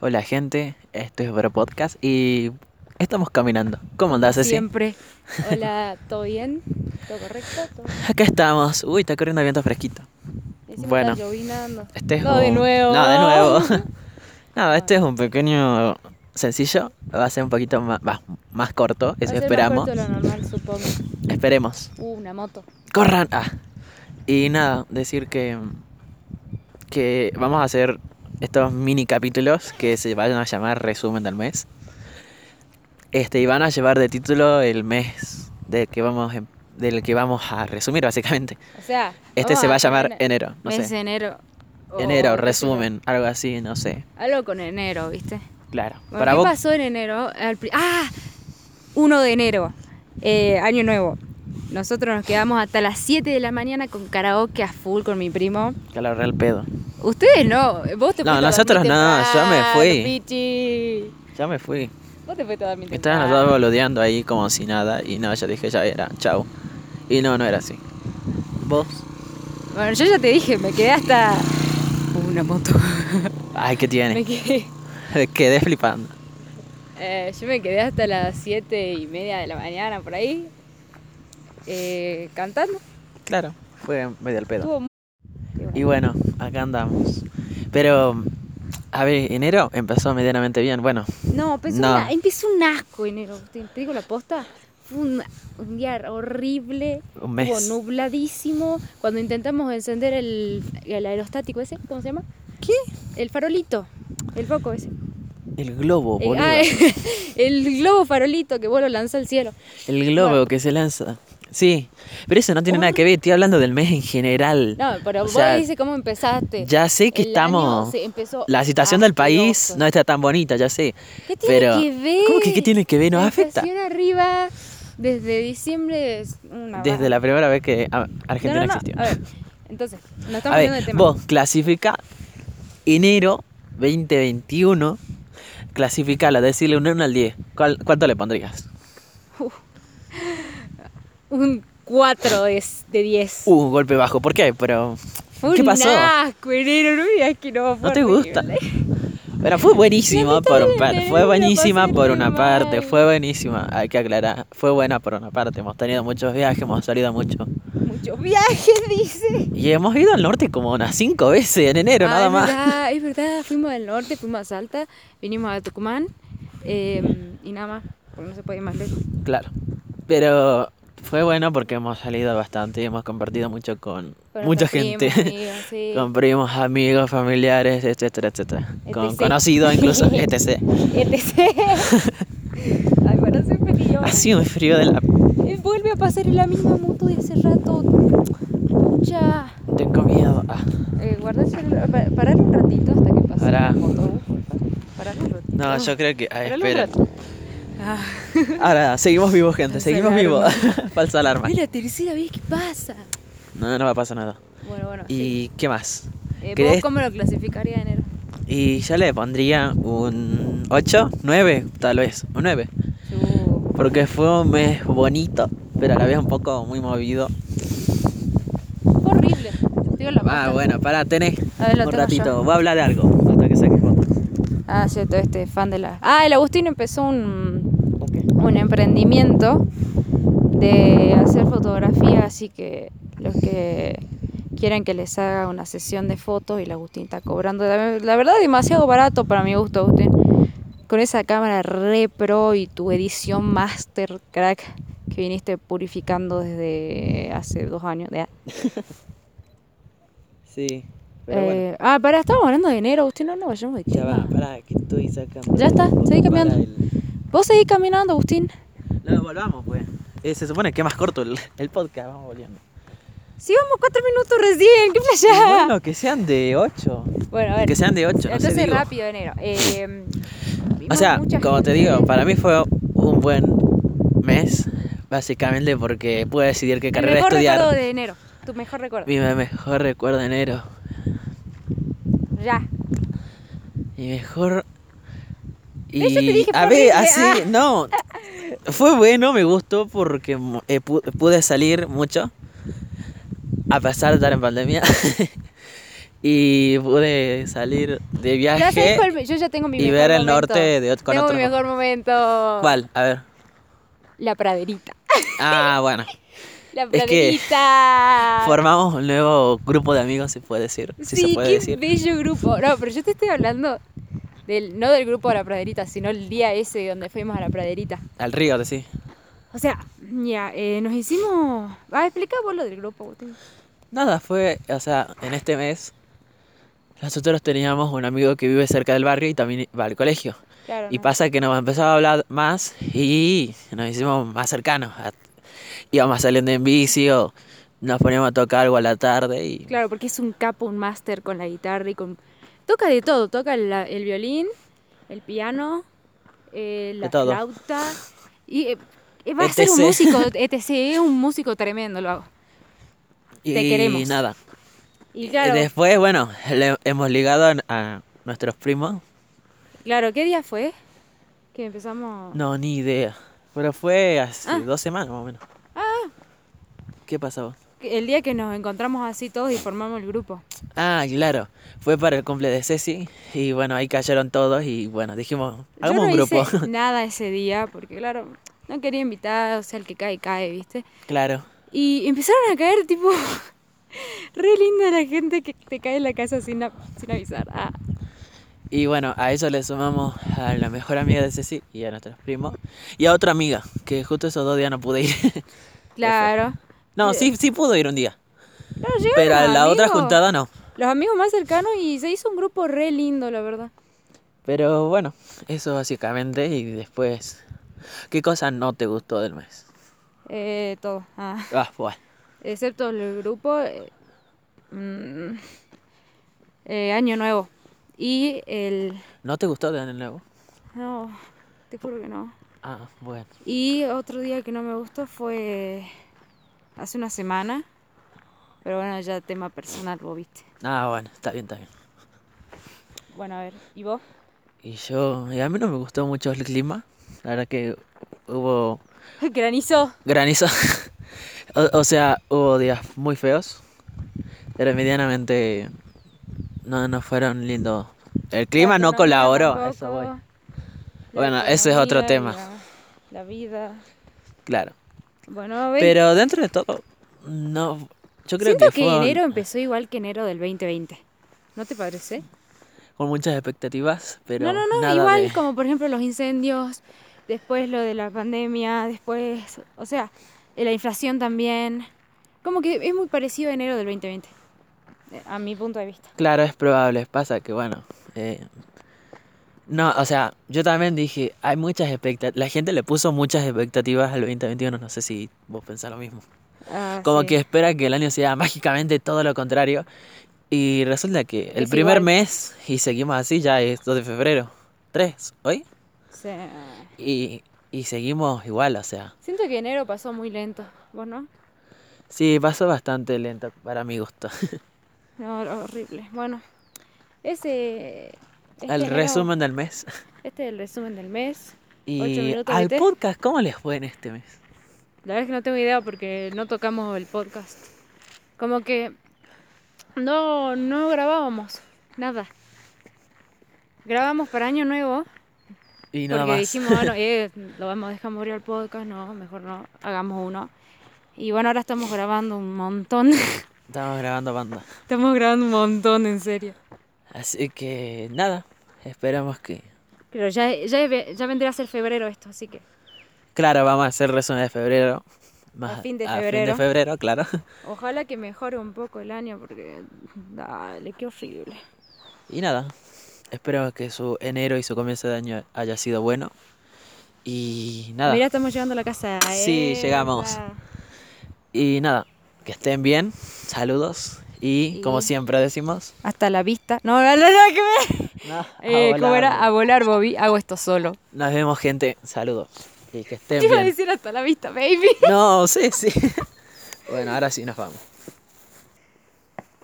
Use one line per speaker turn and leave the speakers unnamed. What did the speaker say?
Hola gente, esto es Ver Podcast y estamos caminando. ¿Cómo andás, Ceci?
Siempre. Hola, ¿todo bien? ¿Todo correcto? ¿Todo...
Acá estamos. Uy, está corriendo el viento fresquito.
Encima
Bueno.
está llovinando.
Este es
No, de
un-
nuevo.
No, de nuevo. no, este es un pequeño sencillo. Va a ser un poquito más, va, más corto, eso
Va a ser más
esperamos.
corto de lo normal, supongo.
Esperemos.
Uh, una moto.
Corran. Ah. Y nada, decir que que vamos a hacer estos mini capítulos que se vayan a llamar resumen del mes. Este, y van a llevar de título el mes del que vamos en- del que vamos a resumir básicamente.
O sea.
Este
vamos
se va a llamar
tener
enero, no
Ah, mes
sé.
de enero. O-
Enero,
o-
resumen, algo así, no sé.
Algo con enero, ¿viste?
Claro.
Bueno,
Para
¿Qué
vos
pasó en enero? Al pri- ¡Ah! 1 de enero, eh, año nuevo. Nosotros nos quedamos hasta las 7 de la mañana con karaoke a full con mi primo.
que la real pedo.
Ustedes no, vos te
No,
fuiste a dormir
nosotros no, yo me
temprano,
fui.
Pichi.
Ya me fui.
Vos te fuiste a dormir
Estaban los
temprano.
dos boludeando ahí como si nada y no, ya dije, ya era, chau. Y no, no era así. ¿Vos?
Bueno, yo ya te dije, me quedé hasta una moto.
Ay, ¿qué
Me
tiene?
quedé-
Quedé flipando.
eh, yo me quedé hasta las siete y media de la mañana por ahí eh, cantando.
Claro, fue medio al pedo.
Estuvo muy...
Y bueno, acá andamos. Pero, a ver, enero empezó medianamente bien. Bueno,
No, pensó
No.
una- empezó un asco enero. Te, te digo la posta. Fue un, un día horrible.
un
Estuvo
mes.
nubladísimo. Cuando intentamos encender el, el aerostático ese, ¿cómo se llama? ¿Qué? El farolito. El foco ese.
El globo,
Eh,
boludo.
ah, el globo farolito que vos lo lanzás al cielo.
El globo
bueno.
que se lanza. Sí, pero eso no tiene nada que ver. Estoy hablando del mes en general.
No, pero
O
vos
sea,
dices cómo empezaste.
Ya sé que
El año
estamos.
se empezó
La situación del país
asqueroso.
no está tan bonita, ya sé.
¿Qué tiene
pero-
que ver?
¿Cómo que qué tiene que ver? Nos
La
afecta.
inflación arriba desde diciembre es una
Desde la primera vez que ah, Argentina
no, no, no.
existió.
A ver, entonces, nos estamos
A ver,
yendo de tema.
vos clasifica enero 2021, clasificala, decirle un 1 al 10. ¿Cuál- ¿Cuánto le pondrías?
Un 4 de, de 10.
Uh, un golpe bajo, ¿por qué? Pero
Fue
¿qué
un
pasó?
asco, enero, no me digas que no. fue
no te
horrible.
gusta. Pero fue buenísima
Lamento
por un
de
par-
enero,
fue
la
buenísima
pasé
por
re
una
mal.
parte, fue buenísima, hay que aclarar, fue buena por una parte, hemos tenido muchos viajes, hemos salido mucho.
Muchos viajes, dice.
Y hemos ido al norte como unas 5 veces en enero,
Ah,
nada
es
más.
verdad, es verdad, fuimos al norte, fuimos a Salta, vinimos a Tucumán eh, y nada más, porque no se puede ir más lejos.
Claro. Pero fue bueno porque hemos salido bastante y hemos compartido mucho con
Con
mucha
nuestros
gente.
primos, amigos, sí. Este
Con primos, amigos, familiares, etcétera, etcétera. Con
ETC.
conocidos incluso, etc.
ETC. Ay, bueno, siempre que yo.
Ha sido un frío de la...
Eh, Vuelve a pasar en la misma moto de hace rato. Pucha.
Tengo miedo. Ah,
Eh, guarda el celular. pa- Parar un ratito hasta que pase
Pará.
la moto. Parar un ratito.
no, yo creo que... Ay,
Paralo un
espera.
rato. Ah,
Ahora, seguimos vivos, gente.
Falsa
Seguimos vivos.
alarma.
Falsa alarma.
es la tercera vez que pasa.
No, no va a pasar nada.
Bueno, bueno. sí.
¿Y qué más?
Eh,
¿qué
¿Vos
es?
cómo lo clasificaría enero?
Y yo le pondría un 8, 9, tal vez. Un 9.
Yo-
Porque fue un mes bonito, pero a la vez un poco muy movido.
Fue horrible. Te digo la
Ah,
posta.
bueno, para, tenés
A ver, lo
un
tengo
ratito.
yo.
Voy a hablar de algo hasta que saques foto.
Ah, cierto, este fan de la. Ah, el Agustín empezó un, un emprendimiento de hacer fotografía, así que los que quieran que les haga una sesión de fotos y la Agustín está cobrando, la, la verdad demasiado barato para mi gusto, Agustín. Con esa cámara re pro y tu edición master crack que viniste purificando desde hace dos años. de-
Sí, pero bueno.
Eh, Ah, pará, estamos hablando de enero, Agustín, no nos vayamos de
Ya
tema.
va, pará, que estoy sacando.
Ya está, seguí cambiando.
Para el-
Vos seguís caminando, Agustín.
No, volvamos, pues. Eh, se supone que es más corto el, el podcast, vamos volviendo.
Sí, vamos cuatro minutos recién, qué
Y
playa.
Bueno, que sean de 8.
Bueno, a ver.
Que sean de 8, no sé,
Entonces,
digo.
rápido, enero. Eh,
O
vimos
sea,
mucha
como te
gente.
digo, para mí fue un buen mes, básicamente porque pude decidir qué
Mi
carrera
mejor recuerdo
estudiar.
de enero. Tu mejor recuerdo.
Mi mejor recuerdo de enero.
Ya.
Y mejor.
Ve, yo te dije,
a
fue
ver,
horrible.
así,
Ah.
no. Fue bueno, me gustó porque mu- eh, pu- pude salir mucho. A pesar de estar en pandemia. Y pude salir de
Ya sabes
viaje
cuál me- yo ya tengo mi
y
mejor
ver el
momento.
norte de ot- con
Tengo
otro.
mi mejor momento.
¿Cuál? A ver.
La praderita.
Ah, bueno.
La
que
praderita.
Formamos un nuevo grupo de amigos, se puede decir. Si
Ah. sí,
se puede
qué
decir.
bello grupo. No, pero yo te estoy hablando del, no del grupo de la praderita, sino el día ese donde fuimos a la praderita.
Al río, sí.
O sea, ya, eh, nos hicimos. Ah, explica vos lo del grupo, Agustín.
Nada, fue, o sea, en este mes nosotros teníamos un amigo que vive cerca del barrio y también va al colegio.
Claro.
Y
¿no?
pasa que nos empezó a hablar más y nos hicimos más cercanos. A- Íbamos saliendo en bici o nos poníamos a tocar algo a la tarde y...
Claro, porque es un capo, un máster con la guitarra y con. Toca de todo, toca la- el violín, el piano, eh, la
De todo. E
flauta. Y eh, eh, va a ser un
ETC.
músico, etc. Es un músico tremendo, lo hago.
Y
Te queremos.
nada.
Y
Y
claro,
después, bueno, le hemos ligado a- a nuestros primos.
claro, ¿qué día fue? Que empezamos.
No, ni idea. Pero fue hace
Ah.
dos semanas más o menos. ¿Qué pasó?
El día que nos encontramos así todos y formamos el grupo.
Ah, claro. Fue para el cumple de Ceci y bueno, ahí cayeron todos y bueno, dijimos,
Yo
hagamos
no
un grupo.
hice nada ese día, porque claro, no quería invitar, o sea, el que cae, cae, ¿viste?
claro.
Y empezaron a caer, tipo, re linda la gente que te cae en la casa sin, a- sin avisar. Ah,
Y bueno, a eso le sumamos a la mejor amiga de Ceci y a nuestros primos y a otra amiga, que justo esos dos días no pude ir.
claro.
no, sí, sí pudo ir un día,
Claro, llegaron
pero a
los
la otra
amigos,
juntada no.
Los amigos más cercanos y se hizo un grupo re lindo, la verdad.
Pero bueno, eso básicamente y después, ¿qué cosa no te gustó del mes?
Eh, todo. Ah.
Ah, bueno.
Excepto el grupo. eh, mm, eh, Año Nuevo. Y el.
¿No te gustó de nuevo?
No, te juro que no.
Ah, bueno.
Y otro día que no me gustó fue hace una semana. Pero bueno, ya tema personal, vos viste.
Ah, bueno, está bien, está bien.
Bueno, a ver, ¿y vos?
Y yo, y a mí no me gustó mucho el clima. La verdad que hubo
Granizo.
granizo. o, o sea, hubo días muy feos. Pero medianamente no, no fueron lindos. El clima no colaboró. a Eso voy. Bueno, ese es otro tema.
La, la vida.
Claro.
Bueno, a ver.
Pero dentro de todo, no. Yo creo
Pues Siento que,
que, fue
enero empezó igual que enero del 2020. ¿No te parece?
con muchas expectativas, pero
no, no, no.
nada
Igual
de-
como por ejemplo los incendios, después lo de la pandemia, después, o sea, eh, la inflación también. Como que es muy parecido a enero del 2020. eh, A mi punto de vista.
Claro, es probable. Pasa que, bueno. eh, No, o sea, yo también dije, hay muchas expectativas. La gente le puso muchas expectativas al 2021. No sé si vos pensás lo mismo.
Ah,
Como
sí.
que espera que el año sea mágicamente todo lo contrario. Y resulta que el
Es
primer
igual.
mes, y seguimos así, ya es 2 de febrero. 3, hoy.
Sí.
Y, y seguimos igual, o sea.
Siento que enero pasó muy lento. ¿Vos no?
Sí, pasó bastante lento para mi gusto.
No, horrible. Bueno, ese. este
el
enero-
resumen del mes.
Este es el resumen del mes. Ocho
Y
minutos de
al
té.
podcast, ¿cómo les fue en este mes?
La verdad es que no tengo idea porque no tocamos el podcast. Como que no, no grabábamos nada. Grabamos para Año Nuevo
Y nada
porque
más.
dijimos, bueno, eh, lo vamos a dejar morir al podcast, no, mejor no, hagamos uno. Y bueno, ahora estamos grabando un montón.
Estamos grabando banda.
estamos grabando un montón, en serio.
Así que nada, esperamos que...
Pero ya, ya, ya vendrá a ser febrero esto, así que
Claro, vamos a hacer resumen de febrero.
A fin de
A fin de
febrero.
febrero, claro.
ojalá que mejore un poco el año porque, dale, qué horrible.
Y nada, esperamos que su enero y su comienzo de año haya sido bueno. Y nada,
Mira, estamos llegando a la casa.
Sí, llegamos.
epa.
y nada, que estén bien, saludos y,
Y-
como siempre decimos...
Hasta la vista. No, no, no, no, que me...
no, a
Eh, ¿Cómo era? A
volar.
volar, Bobby. Hago esto solo.
Nos vemos gente, saludos. Y que estén
Te iba a
bien.
decir hasta la vista, baby.
No, sí, sí. bueno, ahora sí nos vamos.